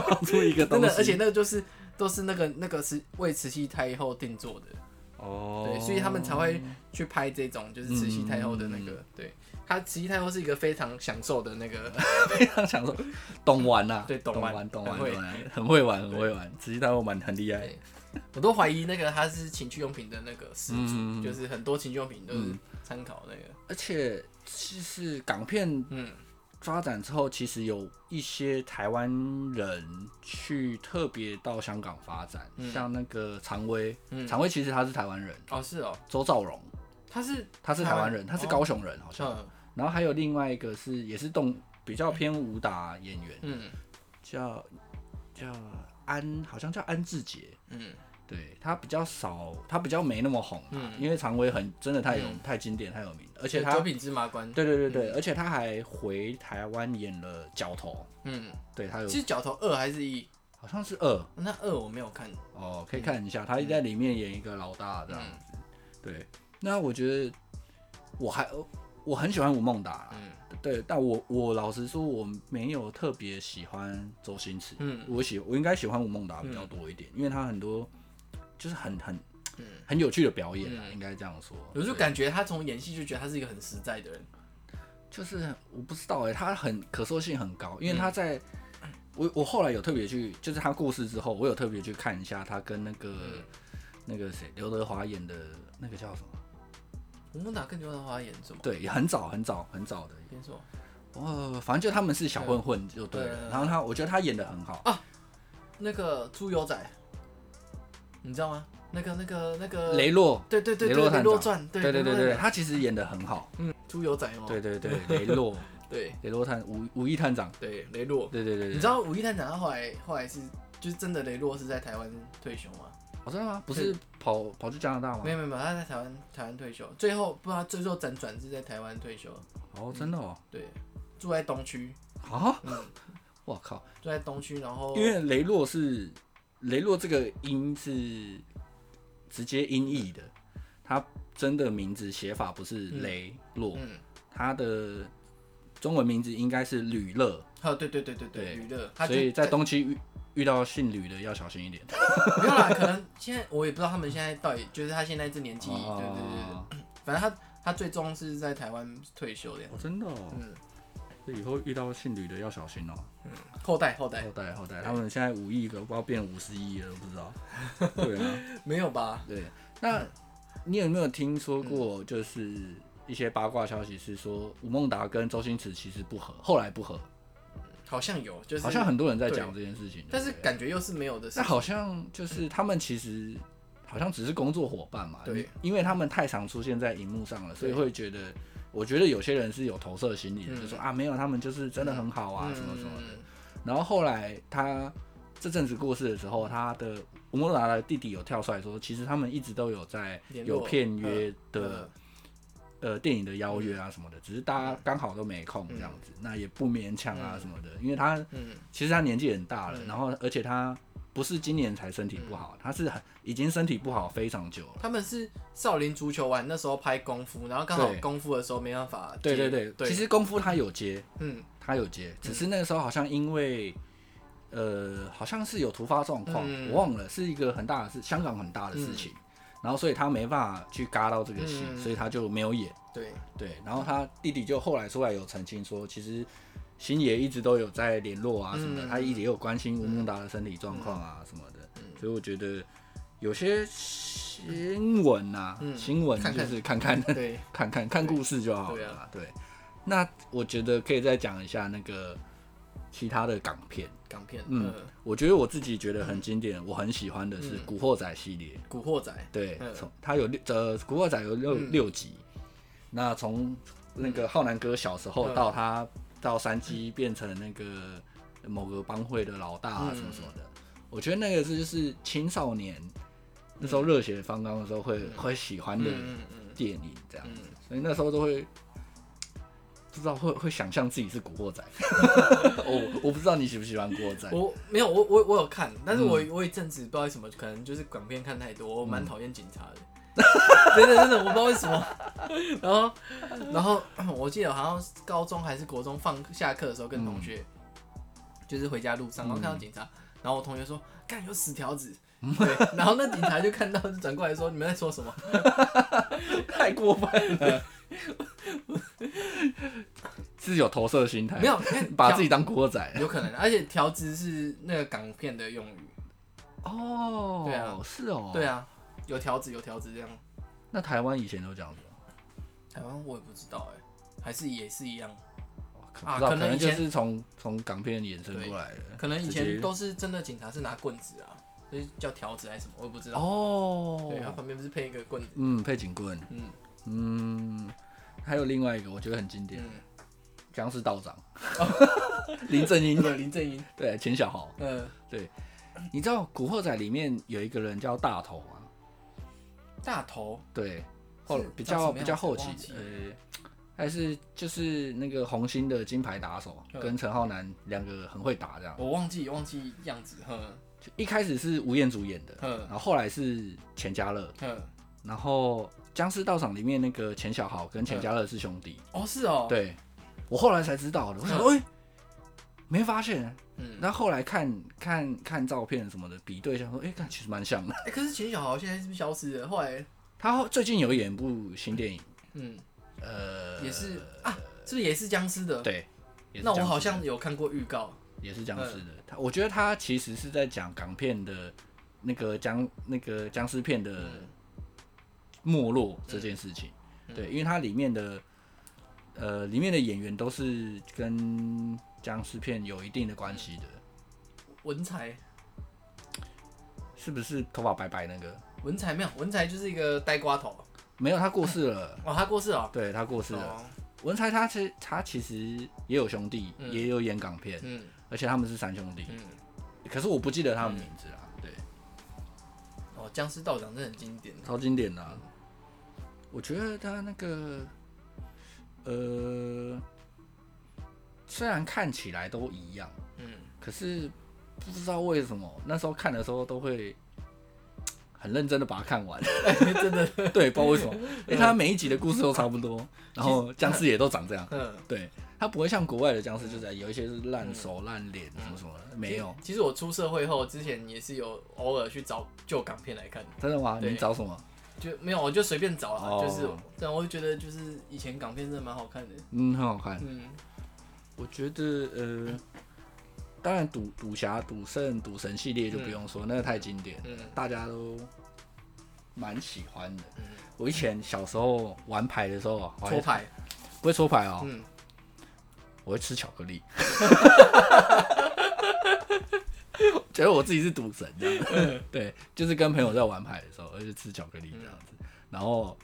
[SPEAKER 2] 跑出一个东
[SPEAKER 1] 真
[SPEAKER 2] 西
[SPEAKER 1] 的，，而且那个就是都是那个那个是为慈禧太后定做的，
[SPEAKER 2] 哦，嗯
[SPEAKER 1] 对，所以他们才会去拍这种就是慈禧太后的那个，对，她慈禧太后是一个非常享受的那个，
[SPEAKER 2] 非 常享受，懂玩呐、啊，
[SPEAKER 1] 对懂
[SPEAKER 2] 懂
[SPEAKER 1] 玩
[SPEAKER 2] 玩，懂
[SPEAKER 1] 很
[SPEAKER 2] 玩，
[SPEAKER 1] 会
[SPEAKER 2] 懂玩，很会玩，很会玩，慈禧太后蛮很厉害
[SPEAKER 1] 对。我都怀疑那个她是情趣用品的那个始祖，
[SPEAKER 2] 嗯嗯嗯
[SPEAKER 1] 就是很多情趣用品都是参考那个，
[SPEAKER 2] 而且就是港片
[SPEAKER 1] 嗯，
[SPEAKER 2] 发展之后，其实有一些台湾人去特别到香港发展，
[SPEAKER 1] 嗯
[SPEAKER 2] 像那个常威，
[SPEAKER 1] 嗯
[SPEAKER 2] 常威其实他是台湾人，
[SPEAKER 1] 哦是哦，
[SPEAKER 2] 周兆荣
[SPEAKER 1] 她是
[SPEAKER 2] 他是台湾人，
[SPEAKER 1] 台湾
[SPEAKER 2] 他是高雄人好像。
[SPEAKER 1] 嗯
[SPEAKER 2] 然后还有另外一个是也是动比较偏武打演员，
[SPEAKER 1] 嗯
[SPEAKER 2] 叫叫安，好像叫安志杰。
[SPEAKER 1] 嗯
[SPEAKER 2] 对他比较少，他比较没那么红、啊，
[SPEAKER 1] 嗯
[SPEAKER 2] 因为常威很真的太有、
[SPEAKER 1] 嗯
[SPEAKER 2] 太经典太有名了，而
[SPEAKER 1] 而
[SPEAKER 2] 且他
[SPEAKER 1] 九品芝麻官，
[SPEAKER 2] 对对对对，而且他还回台湾演了角头，
[SPEAKER 1] 嗯，
[SPEAKER 2] 对他有
[SPEAKER 1] 其实角头二还是一，
[SPEAKER 2] 好像是二
[SPEAKER 1] 那二我没有看，
[SPEAKER 2] 哦，可以看一下，他在里面演一个老大这样
[SPEAKER 1] 嗯
[SPEAKER 2] 子，对，那我觉得我还我很喜欢吴孟达啦，
[SPEAKER 1] 嗯
[SPEAKER 2] 对，但我我老实说我没有特别喜欢周星驰，
[SPEAKER 1] 嗯
[SPEAKER 2] 我喜我应该喜欢吴孟达比较多一点，因为他很多就是很很
[SPEAKER 1] 嗯。
[SPEAKER 2] 很有趣的表演啊，
[SPEAKER 1] 嗯
[SPEAKER 2] 应该这样说。
[SPEAKER 1] 有时候
[SPEAKER 2] 对
[SPEAKER 1] 感觉他从演戏就觉得他是一个很实在的人，
[SPEAKER 2] 就是我不知道哎、他很可塑性很高，因为他
[SPEAKER 1] 嗯
[SPEAKER 2] 在、我我后来有特别去，就是他过世之后，我有特别去看一下他跟那个、
[SPEAKER 1] 嗯
[SPEAKER 2] 那个谁刘德华演的那个叫什么？
[SPEAKER 1] 吴孟达跟刘德华演什么？
[SPEAKER 2] 对，也很早很早很早的，
[SPEAKER 1] 演什么？
[SPEAKER 2] 哦，反正就他们是小混混就对
[SPEAKER 1] 对对
[SPEAKER 2] 了。
[SPEAKER 1] 对啊
[SPEAKER 2] 然后他，我觉得他演的很好，
[SPEAKER 1] 那个猪油仔，你知道吗？那个、那个、那个
[SPEAKER 2] 啊雷，洛，
[SPEAKER 1] 对对对
[SPEAKER 2] 雷
[SPEAKER 1] 对，
[SPEAKER 2] 探
[SPEAKER 1] 雷
[SPEAKER 2] 长
[SPEAKER 1] 洛传，
[SPEAKER 2] 对
[SPEAKER 1] 对
[SPEAKER 2] 对对
[SPEAKER 1] 雷洛
[SPEAKER 2] 对，
[SPEAKER 1] 传
[SPEAKER 2] 他其实演的很好，
[SPEAKER 1] 嗯，猪油仔哦，
[SPEAKER 2] 对对对， 雷洛，
[SPEAKER 1] 对
[SPEAKER 2] 雷洛探武武义探长，
[SPEAKER 1] 对，雷洛，
[SPEAKER 2] 对对对
[SPEAKER 1] 你
[SPEAKER 2] 对
[SPEAKER 1] 知，道武义探长他后来后来是就是真的雷洛是在台湾退休哦吗？
[SPEAKER 2] 我知道吗？不是跑跑去加拿大吗
[SPEAKER 1] 没？有没有没有，他在台湾台湾退休，最后不知道最后辗转是在台湾退休，
[SPEAKER 2] 哦，真的哦，
[SPEAKER 1] 对，住在东区，
[SPEAKER 2] 啊，
[SPEAKER 1] 嗯，
[SPEAKER 2] 我靠。
[SPEAKER 1] 住在东区，然后
[SPEAKER 2] 因为雷洛是雷洛这个音是直接音译的，他真的名字写法不是雷洛，
[SPEAKER 1] 嗯，
[SPEAKER 2] 他的中文名字应该是吕乐，
[SPEAKER 1] 好，对对对对对，
[SPEAKER 2] 对
[SPEAKER 1] 娱乐，他就
[SPEAKER 2] 所以在东区遇遇到姓吕的要小心一点。
[SPEAKER 1] 没有啦，可能现在我也不知道他们现在到底，就是他现在这年纪，对
[SPEAKER 2] 哦
[SPEAKER 1] 对对对，
[SPEAKER 2] 对
[SPEAKER 1] 反正他他最终是在台湾退休的样子，
[SPEAKER 2] 哦，真的哦，
[SPEAKER 1] 嗯，
[SPEAKER 2] 所以以后遇到姓吕的要小心哦。
[SPEAKER 1] 后代后代
[SPEAKER 2] 后代后代，他们现在五亿个，不知道变五十亿了，不知道。 对啊。
[SPEAKER 1] 没有吧？
[SPEAKER 2] 对，那你有没有听
[SPEAKER 1] 嗯
[SPEAKER 2] 说过，就是一些八卦消息是说吴孟达跟周星驰其实不合，后来不合，
[SPEAKER 1] 好像有，就是
[SPEAKER 2] 好像很多人在讲这件事情。
[SPEAKER 1] 但是
[SPEAKER 2] 对不对
[SPEAKER 1] 感觉又是没有的事
[SPEAKER 2] 那。好像就是他们其实好像只是工作伙伴嘛，
[SPEAKER 1] 对，
[SPEAKER 2] 因为他们太常出现在荧幕上了，所以会觉得。我觉得有些人是有投射心理的，
[SPEAKER 1] 嗯
[SPEAKER 2] 就说啊没有，他们就是真的很好啊，
[SPEAKER 1] 嗯
[SPEAKER 2] 什么什么的。然后后来他这阵子过世的时候，他的吴孟达的弟弟有跳出来说，其实他们一直都有在
[SPEAKER 1] 联络
[SPEAKER 2] 有片约
[SPEAKER 1] 呃
[SPEAKER 2] 的呃电影的邀约啊什么的，只是大
[SPEAKER 1] 嗯
[SPEAKER 2] 家刚好都没空这样子，那也不勉强啊什么的，因为他
[SPEAKER 1] 嗯
[SPEAKER 2] 其实他年纪很大了，
[SPEAKER 1] 嗯
[SPEAKER 2] 然后而且他不是今年才身体不好，他是很已经身体不好非常久了。
[SPEAKER 1] 他们是少林足球完那时候拍功夫，然后刚好
[SPEAKER 2] 对
[SPEAKER 1] 功夫的时候没办法接。
[SPEAKER 2] 对对对，
[SPEAKER 1] 对，
[SPEAKER 2] 其实功夫他有接，
[SPEAKER 1] 嗯
[SPEAKER 2] 他有接，只是那个时候好像因为，呃，好像是有突发状况，
[SPEAKER 1] 嗯
[SPEAKER 2] 我忘了，是一个很大的事，香港很大的事情，然后所以他没办法去嘎到这个戏，
[SPEAKER 1] 嗯
[SPEAKER 2] 所以他就没有演。
[SPEAKER 1] 对，
[SPEAKER 2] 对，然后他弟弟就后来出来有澄清说，其实星爷一直都有在联络啊什么的，
[SPEAKER 1] 嗯
[SPEAKER 2] 他一直也有关心吴孟达的身体状况啊什么的，
[SPEAKER 1] 嗯
[SPEAKER 2] 所以我觉得有些新闻啊，
[SPEAKER 1] 嗯
[SPEAKER 2] 新闻
[SPEAKER 1] 看看
[SPEAKER 2] 就是看看
[SPEAKER 1] 对，
[SPEAKER 2] 看看看故事就好
[SPEAKER 1] 对
[SPEAKER 2] 了
[SPEAKER 1] 啊
[SPEAKER 2] 嘛。对，那我觉得可以再讲一下那个其他的港片。
[SPEAKER 1] 港片，
[SPEAKER 2] 嗯
[SPEAKER 1] 呃，
[SPEAKER 2] 我觉得我自己觉得很经典，我很喜欢的是
[SPEAKER 1] 嗯
[SPEAKER 2] 《古惑仔》系列。
[SPEAKER 1] 古惑仔，
[SPEAKER 2] 对
[SPEAKER 1] 嗯，
[SPEAKER 2] 从它有六呃，《古惑仔》有六
[SPEAKER 1] 嗯
[SPEAKER 2] 六集。那从那个浩南哥小时候
[SPEAKER 1] 嗯
[SPEAKER 2] 到他到山鸡变成那个某个帮会的老大啊
[SPEAKER 1] 嗯
[SPEAKER 2] 什么什么的，我觉得那个是就是青少年那时候热血方刚的时候会会喜欢
[SPEAKER 1] 嗯
[SPEAKER 2] 的
[SPEAKER 1] 嗯嗯
[SPEAKER 2] 电影这样。
[SPEAKER 1] 嗯，
[SPEAKER 2] 所以那时候都会不知道会会想象自己是古 惑仔。我我不知道你喜不喜欢古惑仔。
[SPEAKER 1] 我没有，我我我有看，但是我
[SPEAKER 2] 嗯
[SPEAKER 1] 我一阵子不知道为什么，可能就是港片看太多，我蛮讨厌警察的。真的真的，我不知道为什么。然后，然后我记得好像是高中还是国中放下课的时候，跟同
[SPEAKER 2] 嗯
[SPEAKER 1] 学、就是回家路上，然后看到警察，然后我同学说：“干有死条子。” 对，然后那警察就看到，就转过来说：“你们在说什么
[SPEAKER 2] 太过分了， 是有投射心？”态，
[SPEAKER 1] 没有，你 看
[SPEAKER 2] 把
[SPEAKER 1] 条
[SPEAKER 2] 自己当古惑仔。
[SPEAKER 1] 有可能，而且条子是那个港片的用语。
[SPEAKER 2] 哦
[SPEAKER 1] 对啊，
[SPEAKER 2] 是哦，
[SPEAKER 1] 对
[SPEAKER 2] 啊。
[SPEAKER 1] 啊，有条子有条子这样。
[SPEAKER 2] 那台湾以前都这样子吗。
[SPEAKER 1] 台湾我也不知道哎、还是也是一样。
[SPEAKER 2] 不
[SPEAKER 1] 啊
[SPEAKER 2] 知道
[SPEAKER 1] 可
[SPEAKER 2] 可
[SPEAKER 1] 能以
[SPEAKER 2] 能就
[SPEAKER 1] 前
[SPEAKER 2] 是从从港片衍生过来的，
[SPEAKER 1] 可能以
[SPEAKER 2] 直
[SPEAKER 1] 前
[SPEAKER 2] 接
[SPEAKER 1] 都是真的警察是拿棍子啊，就是叫条子还是什么，我也不知道。对，然后
[SPEAKER 2] 哦，
[SPEAKER 1] 旁边不是配一个棍子，
[SPEAKER 2] 嗯，配警棍，
[SPEAKER 1] 嗯
[SPEAKER 2] 嗯，还有另外一个我觉得很经典，
[SPEAKER 1] 嗯，
[SPEAKER 2] 僵尸道 长，林正英
[SPEAKER 1] 那，个林正英，
[SPEAKER 2] 对，钱小豪，
[SPEAKER 1] 嗯，
[SPEAKER 2] 你知道《古惑仔》里面有一个人叫大头吗？
[SPEAKER 1] 大头，
[SPEAKER 2] 对，后
[SPEAKER 1] 是
[SPEAKER 2] 比
[SPEAKER 1] 长什么
[SPEAKER 2] 较
[SPEAKER 1] 样
[SPEAKER 2] 比较后
[SPEAKER 1] 我
[SPEAKER 2] 期
[SPEAKER 1] 忘记，了
[SPEAKER 2] 呃，还是就是那个红星的金牌打手
[SPEAKER 1] 嗯
[SPEAKER 2] 跟陈浩南两个很会打这样。
[SPEAKER 1] 我忘记忘记样子，哼
[SPEAKER 2] 就一开始是吴彦祖演的，
[SPEAKER 1] 嗯
[SPEAKER 2] 然后后来是钱嘉乐，
[SPEAKER 1] 哼，
[SPEAKER 2] 然后《僵尸道场》里面那个钱小豪跟钱嘉乐是兄弟。
[SPEAKER 1] 哦是哦，，
[SPEAKER 2] 对，我后来才知道的，我想说，哎、没发现。
[SPEAKER 1] 嗯，
[SPEAKER 2] 那后来看看看照片什么的，比对一下说，哎、看其实蛮像的。
[SPEAKER 1] 哎、可是钱小豪现在是不是消失了？后来，
[SPEAKER 2] 他后最近有演一部新电影，
[SPEAKER 1] 嗯，
[SPEAKER 2] 呃，
[SPEAKER 1] 也是啊，是不是也是僵尸的？，
[SPEAKER 2] 对，也是
[SPEAKER 1] 那我
[SPEAKER 2] 僵
[SPEAKER 1] 好
[SPEAKER 2] 尸的
[SPEAKER 1] 像有看过预告，
[SPEAKER 2] 也是僵尸的。嗯他、我觉得他其实是在讲港片的那个僵那个僵尸片的
[SPEAKER 1] 嗯
[SPEAKER 2] 没落这件事情。对，因为它里面的呃里面的演员都是跟僵尸片有一定的关系的，
[SPEAKER 1] 文才，
[SPEAKER 2] 是不是？头发白白那个
[SPEAKER 1] 文才没有，文才就是一个呆瓜头，
[SPEAKER 2] 没有，他过世了。
[SPEAKER 1] 哦，他过世了，
[SPEAKER 2] 对他过世了，
[SPEAKER 1] 哦，
[SPEAKER 2] 文才他其实他其实也有兄弟，
[SPEAKER 1] 嗯
[SPEAKER 2] 也有演港片，
[SPEAKER 1] 嗯
[SPEAKER 2] 而且他们是三兄弟，
[SPEAKER 1] 嗯，
[SPEAKER 2] 可是我不记得他们名字啦。对，
[SPEAKER 1] 哦，僵尸道长真的很经典，
[SPEAKER 2] 超经典的啊、我觉得他那个，呃，虽然看起来都一样，
[SPEAKER 1] 嗯。
[SPEAKER 2] 可是不知道为什么那时候看的时候都会。很认真的把它看完，
[SPEAKER 1] 真的，
[SPEAKER 2] 对，不知道为什么，因为它每一集的故事都差不多，然后僵尸也都长这样，
[SPEAKER 1] 嗯，
[SPEAKER 2] 对，它不会像国外的僵尸，就是有一些是烂手烂脸什么什么的，没有，
[SPEAKER 1] 其。其实我出社会后，之前也是有偶尔去找旧港片来看，
[SPEAKER 2] 真的吗？
[SPEAKER 1] 对
[SPEAKER 2] 你找什么？
[SPEAKER 1] 就没有，我就随便找啦，
[SPEAKER 2] 哦
[SPEAKER 1] 就是，啊但我会觉得就是以前港片真的蛮好看的，
[SPEAKER 2] 嗯，很好看。
[SPEAKER 1] 嗯，
[SPEAKER 2] 我觉得呃，当然赌赌侠、赌圣、赌神系列就不用说，那个太经典，
[SPEAKER 1] 嗯
[SPEAKER 2] 大家都蛮喜欢的
[SPEAKER 1] 嗯。
[SPEAKER 2] 我以前小时候玩牌的时候啊，我还
[SPEAKER 1] 搓牌，
[SPEAKER 2] 不会搓牌哦，
[SPEAKER 1] 嗯，
[SPEAKER 2] 我会吃巧克力。 觉得我自己是赌神这样子，对，就是跟朋友在玩牌的时候，我就吃巧克力这样子，然后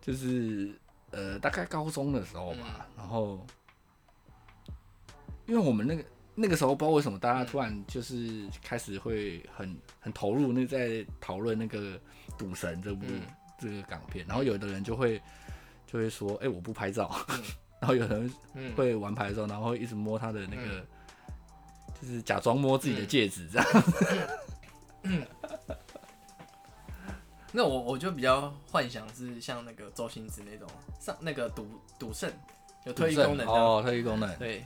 [SPEAKER 2] 就是呃，大概高中的时候吧，然后因为我们那个那个时候不知道为什么大家突然就是开始会很很投入那在讨论那个赌神这部、
[SPEAKER 1] 嗯
[SPEAKER 2] 这个港片，然后有的人就会就会说，哎、我不拍照， 然后有的人
[SPEAKER 1] 嗯，
[SPEAKER 2] 会玩牌的时候，然后会一直摸他的那个，就是假装摸自己的戒指这样。
[SPEAKER 1] 那我我就比较幻想是像那个周星驰那种上那个赌赌圣有特异功能的，
[SPEAKER 2] 哦，特异功能。
[SPEAKER 1] 对，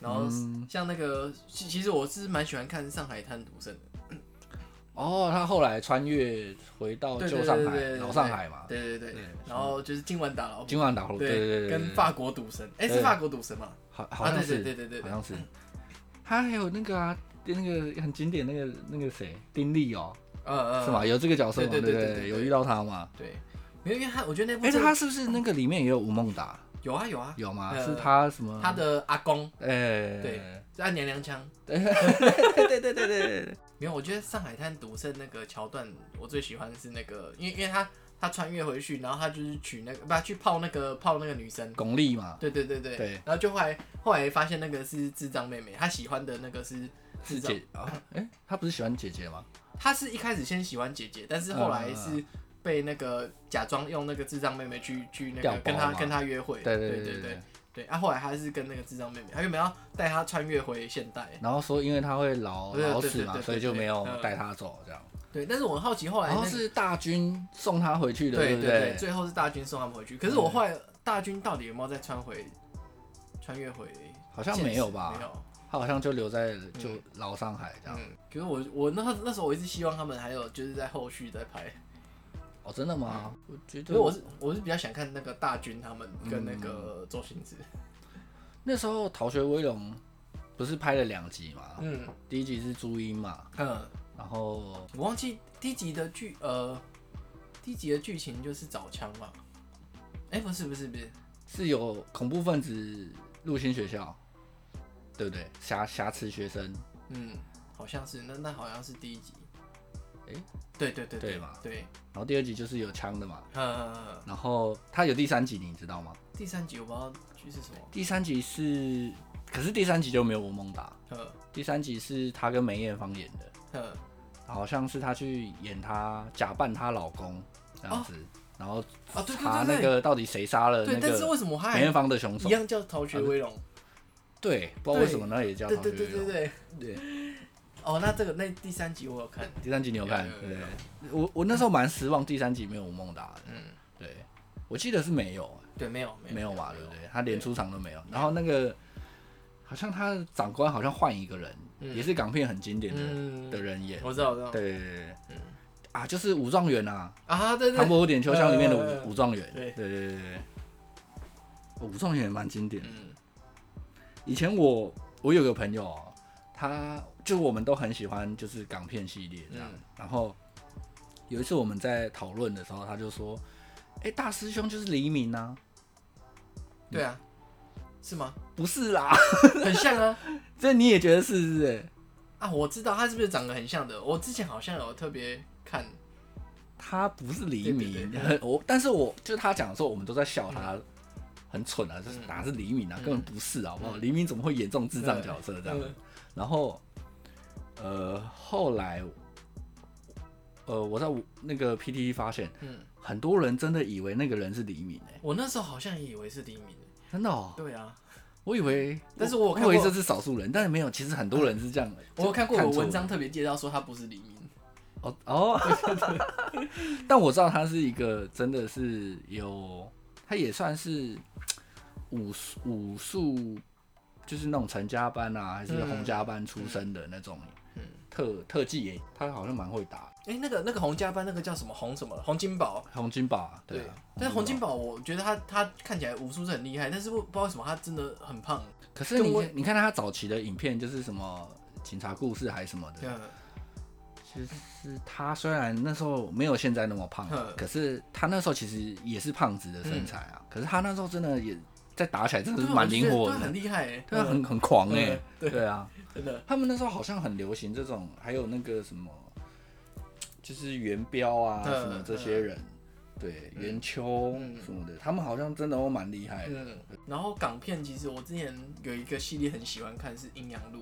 [SPEAKER 1] 然后
[SPEAKER 2] 嗯
[SPEAKER 1] 像那个其其实我是蛮喜欢看《上海滩赌圣》的，
[SPEAKER 2] 哦，他后来穿越回到
[SPEAKER 1] 对
[SPEAKER 2] 旧
[SPEAKER 1] 对
[SPEAKER 2] 上
[SPEAKER 1] 对
[SPEAKER 2] 海
[SPEAKER 1] 对，对
[SPEAKER 2] 老上海嘛，
[SPEAKER 1] 对对对
[SPEAKER 2] 啊对，
[SPEAKER 1] 然后就是今晚打老虎，
[SPEAKER 2] 今晚打火，对对对，对
[SPEAKER 1] 跟法国赌神，哎
[SPEAKER 2] 对
[SPEAKER 1] 是法国赌神嘛？
[SPEAKER 2] 好好
[SPEAKER 1] 啊
[SPEAKER 2] 像
[SPEAKER 1] 对对
[SPEAKER 2] 是，
[SPEAKER 1] 对对对
[SPEAKER 2] 好
[SPEAKER 1] 对，
[SPEAKER 2] 像是。他还有那个啊，那个很经典那个那个谁，丁力哦，
[SPEAKER 1] 嗯嗯，
[SPEAKER 2] 是吗？有这个角色嘛？
[SPEAKER 1] 对
[SPEAKER 2] 对
[SPEAKER 1] 对对对
[SPEAKER 2] 对，
[SPEAKER 1] 对
[SPEAKER 2] 有遇到他嘛？
[SPEAKER 1] 对，没有因为他我觉得那部
[SPEAKER 2] 哎，
[SPEAKER 1] 真的
[SPEAKER 2] 他是不是那个里面也有吴孟达？
[SPEAKER 1] 有啊有啊，
[SPEAKER 2] 有吗？
[SPEAKER 1] 呃
[SPEAKER 2] 是他什么？
[SPEAKER 1] 他的阿公
[SPEAKER 2] 哎，
[SPEAKER 1] 对是按娘娘腔。
[SPEAKER 2] 对对对对对对，
[SPEAKER 1] 没有，我觉得上海滩独剩那个桥段，我最喜欢的是那个，因为因为他他穿越回去，然后他就是娶那个，不，他去泡那个泡那个女生，
[SPEAKER 2] 巩俐嘛，
[SPEAKER 1] 对对对对，
[SPEAKER 2] 对
[SPEAKER 1] 然后就后来后来发现那个是智障妹妹，她喜欢的那个是智
[SPEAKER 2] 是
[SPEAKER 1] 障，
[SPEAKER 2] 姐啊？哎、他不是喜欢姐姐吗？
[SPEAKER 1] 她是一开始先喜欢姐姐，但是后来是被那个假装用那个智障妹妹去去那
[SPEAKER 2] 调
[SPEAKER 1] 个
[SPEAKER 2] 包
[SPEAKER 1] 跟她
[SPEAKER 2] 嘛
[SPEAKER 1] 跟她约会，
[SPEAKER 2] 对
[SPEAKER 1] 对
[SPEAKER 2] 对
[SPEAKER 1] 对
[SPEAKER 2] 对
[SPEAKER 1] 对对，啊，后来她是跟那个智障妹妹，她原本要带她穿越回现代，
[SPEAKER 2] 然后说因为他会老
[SPEAKER 1] 对对
[SPEAKER 2] 老死嘛，
[SPEAKER 1] 对对对对
[SPEAKER 2] 所以就没有
[SPEAKER 1] 嗯
[SPEAKER 2] 带他走这样。
[SPEAKER 1] 对，但是我很好奇后来
[SPEAKER 2] 然
[SPEAKER 1] 那
[SPEAKER 2] 后
[SPEAKER 1] 个
[SPEAKER 2] 哦是大军送他回去的，
[SPEAKER 1] 对
[SPEAKER 2] 不
[SPEAKER 1] 对对，最后是大军送他们回去。
[SPEAKER 2] 嗯
[SPEAKER 1] 可是我后来大军到底有没有再穿回穿越回？
[SPEAKER 2] 好像没有吧
[SPEAKER 1] 没有。
[SPEAKER 2] 他好像就留在就老上海这样。
[SPEAKER 1] 嗯，可是我我那那时候我一直希望他们还有就是在后续再拍，嗯
[SPEAKER 2] 哦，真的吗？我觉
[SPEAKER 1] 因为
[SPEAKER 2] 得
[SPEAKER 1] 嗯我是我是比较想看那个大军他们跟
[SPEAKER 2] 嗯
[SPEAKER 1] 那个周星驰。
[SPEAKER 2] 那时候《逃学威龙》不是拍了两集嘛？
[SPEAKER 1] 嗯
[SPEAKER 2] 第一集是朱茵嘛，
[SPEAKER 1] 嗯，
[SPEAKER 2] 然后
[SPEAKER 1] 我忘记第一集的剧呃，第一集的剧情就是找枪嘛。哎、不是不是不是，
[SPEAKER 2] 是有恐怖分子入侵学校，对不对？挟挟持学生，
[SPEAKER 1] 嗯，好像是那那好像是第一集。
[SPEAKER 2] 哎
[SPEAKER 1] 对对对
[SPEAKER 2] 对嘛
[SPEAKER 1] 对，
[SPEAKER 2] 然后第二集就是有枪的嘛，
[SPEAKER 1] 呃，
[SPEAKER 2] 然后他有第三集，你知道吗？
[SPEAKER 1] 第三集我不知道剧是什么。
[SPEAKER 2] 第三集是，可是第三集就没有吴孟达。
[SPEAKER 1] 呃
[SPEAKER 2] 第三集是他跟梅艳芳演的，
[SPEAKER 1] 呃，
[SPEAKER 2] 好像是他去演他假扮她老公这样子，然后
[SPEAKER 1] 啊，哦对对
[SPEAKER 2] 查那
[SPEAKER 1] 对对，
[SPEAKER 2] 个到底谁杀了那
[SPEAKER 1] 对，但是
[SPEAKER 2] 个
[SPEAKER 1] 为什么他
[SPEAKER 2] 梅艳
[SPEAKER 1] 还
[SPEAKER 2] 芳的凶
[SPEAKER 1] 一
[SPEAKER 2] 手。
[SPEAKER 1] 样叫《逃学威龙》？
[SPEAKER 2] 啊对，不知道为什么那也叫
[SPEAKER 1] 对
[SPEAKER 2] 唐
[SPEAKER 1] 对对对对。
[SPEAKER 2] 对对。
[SPEAKER 1] 哦，那这个那第三集我有看，
[SPEAKER 2] 第三集你有看
[SPEAKER 1] 有有？有
[SPEAKER 2] 对
[SPEAKER 1] 有
[SPEAKER 2] 我我那时候蛮失望，第三集没有吴孟达的。
[SPEAKER 1] 嗯，
[SPEAKER 2] 对，我记得是没有，
[SPEAKER 1] 对，没有
[SPEAKER 2] 没有嘛，
[SPEAKER 1] 没
[SPEAKER 2] 对不
[SPEAKER 1] 有
[SPEAKER 2] 对？他连出场都没有。然后那个好像他的长官好像换一个人，
[SPEAKER 1] 嗯
[SPEAKER 2] 也是港片很经典的
[SPEAKER 1] 嗯
[SPEAKER 2] 的，人演。
[SPEAKER 1] 我知道，我知道。
[SPEAKER 2] 对对对对
[SPEAKER 1] 嗯
[SPEAKER 2] 啊，就是武状元啊，
[SPEAKER 1] 啊，对
[SPEAKER 2] 《
[SPEAKER 1] 对
[SPEAKER 2] 唐
[SPEAKER 1] 对，
[SPEAKER 2] 伯虎点秋香》里面的
[SPEAKER 1] 呃
[SPEAKER 2] 武武状元。
[SPEAKER 1] 对
[SPEAKER 2] 对对对对，哦武状元也蛮经典的。
[SPEAKER 1] 嗯
[SPEAKER 2] 以前我我有个朋友哦，他就我们都很喜欢就是港片系列这样
[SPEAKER 1] 嗯，
[SPEAKER 2] 然后有一次我们在讨论的时候，他就说：“哎，大师兄就是黎明啊。”
[SPEAKER 1] 对啊，
[SPEAKER 2] 嗯
[SPEAKER 1] 是吗？
[SPEAKER 2] 不是啦，
[SPEAKER 1] 很像啊
[SPEAKER 2] 这你也觉得是是不是？
[SPEAKER 1] 啊，我知道他是不是长得很像的？我之前好像有特别看，
[SPEAKER 2] 他不是黎
[SPEAKER 1] 对
[SPEAKER 2] 明
[SPEAKER 1] 对，
[SPEAKER 2] 我但是我就是他讲的时候，我们都在笑他很蠢啊，就是
[SPEAKER 1] 嗯
[SPEAKER 2] 哪是黎明啊，
[SPEAKER 1] 嗯
[SPEAKER 2] 根本不是啊，好不好？黎明怎么会演这种智障角色这样
[SPEAKER 1] 嗯？
[SPEAKER 2] 然后，呃，后来，呃，我在我那个 PTT 发现，
[SPEAKER 1] 嗯，
[SPEAKER 2] 很多人真的以为那个人是黎明哎，
[SPEAKER 1] 我那时候好像也以为是黎明，
[SPEAKER 2] 真的哦，
[SPEAKER 1] 对啊，
[SPEAKER 2] 我以为，
[SPEAKER 1] 但是我有
[SPEAKER 2] 我
[SPEAKER 1] 看
[SPEAKER 2] 以
[SPEAKER 1] 过
[SPEAKER 2] 为这是少数人，但是没有，其实很多人是这样，
[SPEAKER 1] 我有看过有
[SPEAKER 2] 错
[SPEAKER 1] 文
[SPEAKER 2] 了
[SPEAKER 1] 章特别介绍说他不是黎明，
[SPEAKER 2] 哦哦， 但我知道他是一个真的是有，他也算是武术武术，就是那种陈家班啊，还是
[SPEAKER 1] 嗯
[SPEAKER 2] 洪家班出身的那种
[SPEAKER 1] 嗯
[SPEAKER 2] 特特技演，他好像蛮会打
[SPEAKER 1] 哎、那个那个洪家班那个叫什么洪什么洪金宝，
[SPEAKER 2] 洪金宝啊，对啊，
[SPEAKER 1] 但是洪金宝，我觉得他他看起来武术是很厉害，但是不不知道为什么他真的很胖。
[SPEAKER 2] 可是你
[SPEAKER 1] 跟我
[SPEAKER 2] 看你看他早期的影片，就是什么警察故事还是什么的，
[SPEAKER 1] 嗯，
[SPEAKER 2] 其实是他虽然那时候没有现在那么胖
[SPEAKER 1] 嗯，
[SPEAKER 2] 可是他那时候其实也是胖子的身材啊。可是他那时候真的也在打起来，真的
[SPEAKER 1] 对
[SPEAKER 2] 是
[SPEAKER 1] 啊
[SPEAKER 2] 蛮灵活
[SPEAKER 1] 我觉得他
[SPEAKER 2] 的
[SPEAKER 1] 很，厉害欸，
[SPEAKER 2] 对啊，很很狂哎、
[SPEAKER 1] 嗯对
[SPEAKER 2] 对啊，
[SPEAKER 1] 真的。
[SPEAKER 2] 他们那时候好像很流行这种，还有那个什么，就是元彪啊
[SPEAKER 1] 嗯
[SPEAKER 2] 什么这些人，对元秋
[SPEAKER 1] 嗯
[SPEAKER 2] 什么的，他们好像真的都蛮厉害的。
[SPEAKER 1] 嗯，然后港片其实我之前有一个系列很喜欢看是《阴阳路》，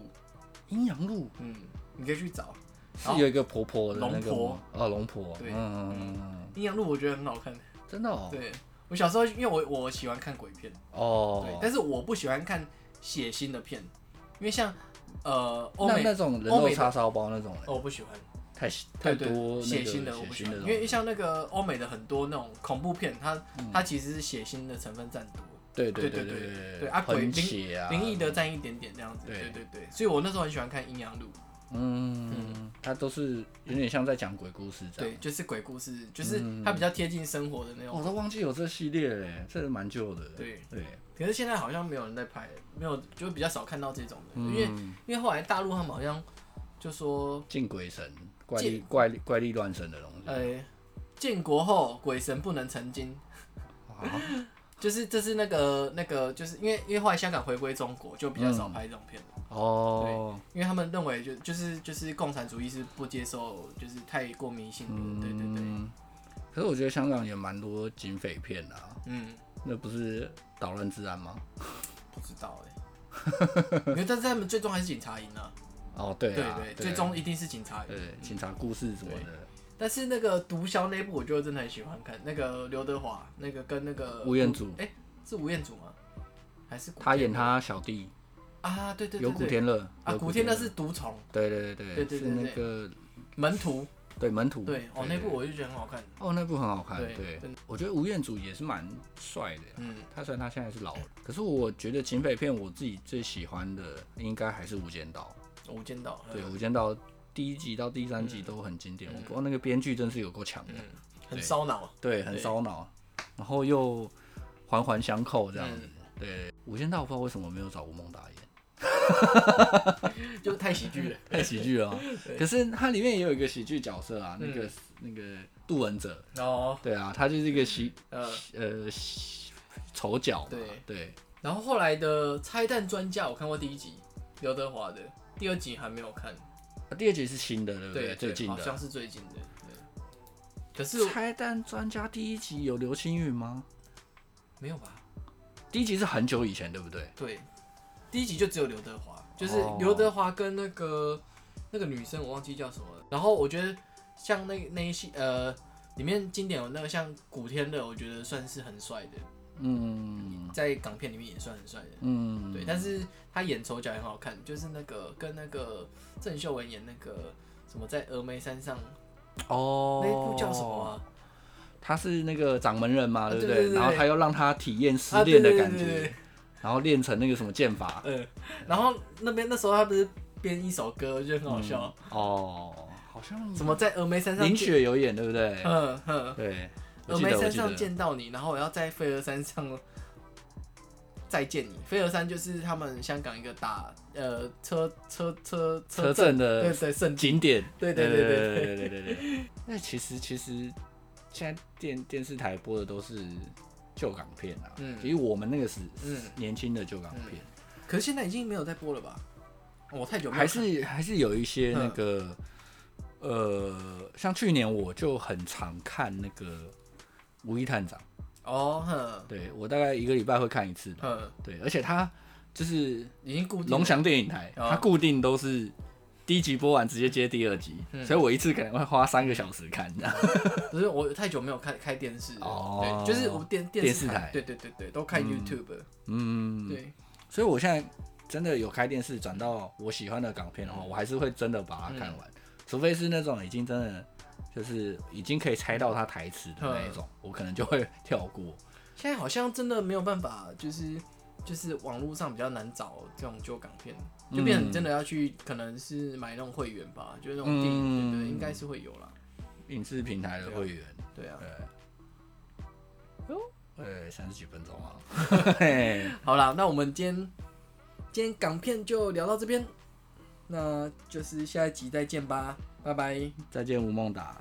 [SPEAKER 2] 阴阳路
[SPEAKER 1] 嗯，你可以去找
[SPEAKER 2] 是
[SPEAKER 1] 好
[SPEAKER 2] 有一个婆婆的那
[SPEAKER 1] 哦龙
[SPEAKER 2] 个
[SPEAKER 1] 婆
[SPEAKER 2] 吗哦，龙婆，
[SPEAKER 1] 对
[SPEAKER 2] 嗯嗯嗯嗯，
[SPEAKER 1] 《阴阳路》，我觉得很好看。
[SPEAKER 2] 嗯真的哦，
[SPEAKER 1] 对我小时候，因为我我喜欢看鬼片，对
[SPEAKER 2] 哦，，
[SPEAKER 1] 但是我不喜欢看血腥的片，因为像呃欧
[SPEAKER 2] 那
[SPEAKER 1] 美
[SPEAKER 2] 那种人
[SPEAKER 1] 欧
[SPEAKER 2] 肉
[SPEAKER 1] 美的
[SPEAKER 2] 叉烧包那种人，
[SPEAKER 1] 哦我不喜欢，
[SPEAKER 2] 太
[SPEAKER 1] 对
[SPEAKER 2] 太
[SPEAKER 1] 对
[SPEAKER 2] 多
[SPEAKER 1] 血
[SPEAKER 2] 那个
[SPEAKER 1] 腥
[SPEAKER 2] 血
[SPEAKER 1] 的我不喜
[SPEAKER 2] 腥
[SPEAKER 1] 欢，
[SPEAKER 2] 的
[SPEAKER 1] 因
[SPEAKER 2] 东
[SPEAKER 1] 为
[SPEAKER 2] 西，嗯
[SPEAKER 1] 像那个欧美的很多那种恐怖片，它它其实是血腥的成分占多。
[SPEAKER 2] 对
[SPEAKER 1] 对
[SPEAKER 2] 对
[SPEAKER 1] 对
[SPEAKER 2] 对
[SPEAKER 1] 对啊鬼
[SPEAKER 2] 喷血啊，
[SPEAKER 1] 灵异的占一点点这样子，
[SPEAKER 2] 对
[SPEAKER 1] 对对对，所以我那时候很喜欢看《阴阳路》，
[SPEAKER 2] 嗯，他都是有点像在讲鬼故事这
[SPEAKER 1] 对，
[SPEAKER 2] 样。嗯哦
[SPEAKER 1] 就是鬼故事，就是它比较贴近生活的那
[SPEAKER 2] 我
[SPEAKER 1] 种。
[SPEAKER 2] 都忘记有这系列嘞，这蛮旧的。
[SPEAKER 1] 对，
[SPEAKER 2] 对，
[SPEAKER 1] 可是现在好像没有人在拍，没有，就比较少看到这种的，因为
[SPEAKER 2] 嗯，
[SPEAKER 1] 因为后来大陆他们好像就说，
[SPEAKER 2] 敬鬼神、怪
[SPEAKER 1] 见
[SPEAKER 2] 力、怪力、怪力乱神的东西。
[SPEAKER 1] 呃，建国后鬼神不能成精，
[SPEAKER 2] 啊
[SPEAKER 1] 就是这是那个那个，就是因为因为后来香港回归中国，就比较少拍这种片了。
[SPEAKER 2] 哦，
[SPEAKER 1] 因为他们认为就就是就是共产主义是不接受就是太过迷信的，对对对，
[SPEAKER 2] 嗯。可是我觉得香港也蛮多警匪片啊，
[SPEAKER 1] 嗯，
[SPEAKER 2] 那不是捣乱治安吗？
[SPEAKER 1] 不知道哎、 因为但是他们最终还是警察赢了，
[SPEAKER 2] 哦，对
[SPEAKER 1] 对
[SPEAKER 2] 啊，
[SPEAKER 1] 对，最终一嗯定是警察赢。
[SPEAKER 2] 对警察故事什么的，
[SPEAKER 1] 但是那个毒枭那一部，我就真的很喜欢看，那个刘德华，那个跟那个
[SPEAKER 2] 吴彦祖
[SPEAKER 1] 哎、是吴彦祖吗？还是古
[SPEAKER 2] 他
[SPEAKER 1] 天
[SPEAKER 2] 演
[SPEAKER 1] 乐
[SPEAKER 2] 他小弟
[SPEAKER 1] 啊？对对
[SPEAKER 2] 有
[SPEAKER 1] 对
[SPEAKER 2] 古
[SPEAKER 1] 对，
[SPEAKER 2] 天乐
[SPEAKER 1] 啊，
[SPEAKER 2] 有
[SPEAKER 1] 古天乐是毒虫
[SPEAKER 2] 对对对
[SPEAKER 1] 对对对
[SPEAKER 2] 是那个
[SPEAKER 1] 门徒，
[SPEAKER 2] 对门徒，
[SPEAKER 1] 对哦，那部我就觉得很好看，
[SPEAKER 2] 哦那部很好看，
[SPEAKER 1] 对
[SPEAKER 2] 对
[SPEAKER 1] 真的，
[SPEAKER 2] 我觉得吴彦祖也是蛮帅的，
[SPEAKER 1] 嗯
[SPEAKER 2] 他虽然他现在是老了，可是我觉得警匪片我自己最喜欢的应该还是《无间道
[SPEAKER 1] 《无间道》》，
[SPEAKER 2] 对，《
[SPEAKER 1] 嗯
[SPEAKER 2] 无间道》第一集到第三集都很经典，我不知道那个编剧真是有够强的，
[SPEAKER 1] 嗯，很烧脑，
[SPEAKER 2] 对，很烧脑，然后又环环相扣这样
[SPEAKER 1] 嗯
[SPEAKER 2] 子，对，《无间道》不知道为什么没有找吴孟达演。
[SPEAKER 1] 就太喜剧了，
[SPEAKER 2] 太喜剧了哦、可是它里面也有一个喜剧角色
[SPEAKER 1] 嗯
[SPEAKER 2] 啊，那个、那个杜文泽，
[SPEAKER 1] 哦，
[SPEAKER 2] 对啊，他就是一个喜
[SPEAKER 1] 呃。
[SPEAKER 2] 呃喜丑角嘛，
[SPEAKER 1] 对
[SPEAKER 2] 对，
[SPEAKER 1] 然后后来的《拆弹专家》，我看过第一集，刘德华的，第二集还没有看。
[SPEAKER 2] 啊第二集是新的，对不
[SPEAKER 1] 对，
[SPEAKER 2] 最近
[SPEAKER 1] 好像
[SPEAKER 2] 的。
[SPEAKER 1] 是最近的。对，可是
[SPEAKER 2] 拆弹专家第一集有刘青云吗？
[SPEAKER 1] 没有吧？
[SPEAKER 2] 第一集是很久以前，对不对？
[SPEAKER 1] 对，第一集就只有刘德华，就是
[SPEAKER 2] 哦
[SPEAKER 1] 刘德华跟那个那个女生，我忘记叫什么了。然后我觉得像那那一系呃。里面经典有那个像古天乐，我觉得算是很帅的，
[SPEAKER 2] 嗯
[SPEAKER 1] 在港片里面也算很帅的。
[SPEAKER 2] 嗯，
[SPEAKER 1] 对，但是他演丑角也很好看，就是那个跟那个郑秀文演那个什么在峨眉山上
[SPEAKER 2] 哦，
[SPEAKER 1] 那一部叫什么、？啊？
[SPEAKER 2] 他是那个掌门人嘛，
[SPEAKER 1] 啊
[SPEAKER 2] 对不
[SPEAKER 1] 对对对对
[SPEAKER 2] 然后他又让他体验哦失
[SPEAKER 1] 啊
[SPEAKER 2] 恋的
[SPEAKER 1] 对对
[SPEAKER 2] 感
[SPEAKER 1] 对对
[SPEAKER 2] 觉
[SPEAKER 1] 对，
[SPEAKER 2] 然后练成那个什么剑法，
[SPEAKER 1] 嗯，然后那边那时候他不是编一首歌，就很好笑，
[SPEAKER 2] 哦，好像
[SPEAKER 1] 什么在峨眉山上
[SPEAKER 2] 林
[SPEAKER 1] 见，
[SPEAKER 2] 雪有演，对不对？
[SPEAKER 1] 嗯哼，
[SPEAKER 2] 对，我
[SPEAKER 1] 峨
[SPEAKER 2] 记
[SPEAKER 1] 眉
[SPEAKER 2] 得我
[SPEAKER 1] 山
[SPEAKER 2] 记
[SPEAKER 1] 上
[SPEAKER 2] 得。
[SPEAKER 1] 见到你，然后我要在飞鹅山上再见你。飞鹅山就是他们香港一个打呃车车车
[SPEAKER 2] 车
[SPEAKER 1] 震，
[SPEAKER 2] 震
[SPEAKER 1] 对
[SPEAKER 2] 的
[SPEAKER 1] 对圣地，
[SPEAKER 2] 景点，
[SPEAKER 1] 对对对对
[SPEAKER 2] 对对对对对。那其实其实现在电电视台播的都是旧港片啊，
[SPEAKER 1] 嗯
[SPEAKER 2] 其实我们那个是
[SPEAKER 1] 嗯
[SPEAKER 2] 年轻的旧港片，
[SPEAKER 1] 可是现在已经没有在播了吧？我太久没有
[SPEAKER 2] 还
[SPEAKER 1] 看嗯
[SPEAKER 2] 是还是有一些那个呃，像去年我就很常看那个《无义探长》，
[SPEAKER 1] 哦哼
[SPEAKER 2] 对我大概一个礼拜会看一次吧，
[SPEAKER 1] 哼，
[SPEAKER 2] 对，而且他就是
[SPEAKER 1] 已经固定了
[SPEAKER 2] 龙翔电影台，
[SPEAKER 1] 哦
[SPEAKER 2] 它固定都是第一集播完直接接第二集，
[SPEAKER 1] 嗯
[SPEAKER 2] 所以我一次可能会花三个小时看这样。
[SPEAKER 1] 不是我太久没有开开电视了，
[SPEAKER 2] 哦
[SPEAKER 1] 对，就是我电电视
[SPEAKER 2] 电视台
[SPEAKER 1] 对对对对，都看 YouTube，
[SPEAKER 2] 嗯，
[SPEAKER 1] 对，
[SPEAKER 2] 所
[SPEAKER 1] 嗯
[SPEAKER 2] 以我现在真的有开电视转到我喜欢的港片的话，我还是会真的把它看完。除非是那种已经真的就是已经可以猜到他台词的那一种，
[SPEAKER 1] 嗯
[SPEAKER 2] 我可能就会跳过。
[SPEAKER 1] 现在好像真的没有办法，就是就是网络上比较难找这种旧港片，就变
[SPEAKER 2] 嗯
[SPEAKER 1] 成你真的要去，可能是买那种会员吧，就是那种电影，
[SPEAKER 2] 嗯
[SPEAKER 1] 对对，应该是会有啦。
[SPEAKER 2] 影视平台的会员，
[SPEAKER 1] 对啊，
[SPEAKER 2] 呃，三十几分钟啊。 嘿
[SPEAKER 1] 好啦，那我们今天今天港片就聊到这边，那就是下一集再见吧，拜拜。
[SPEAKER 2] 再见，吴孟达。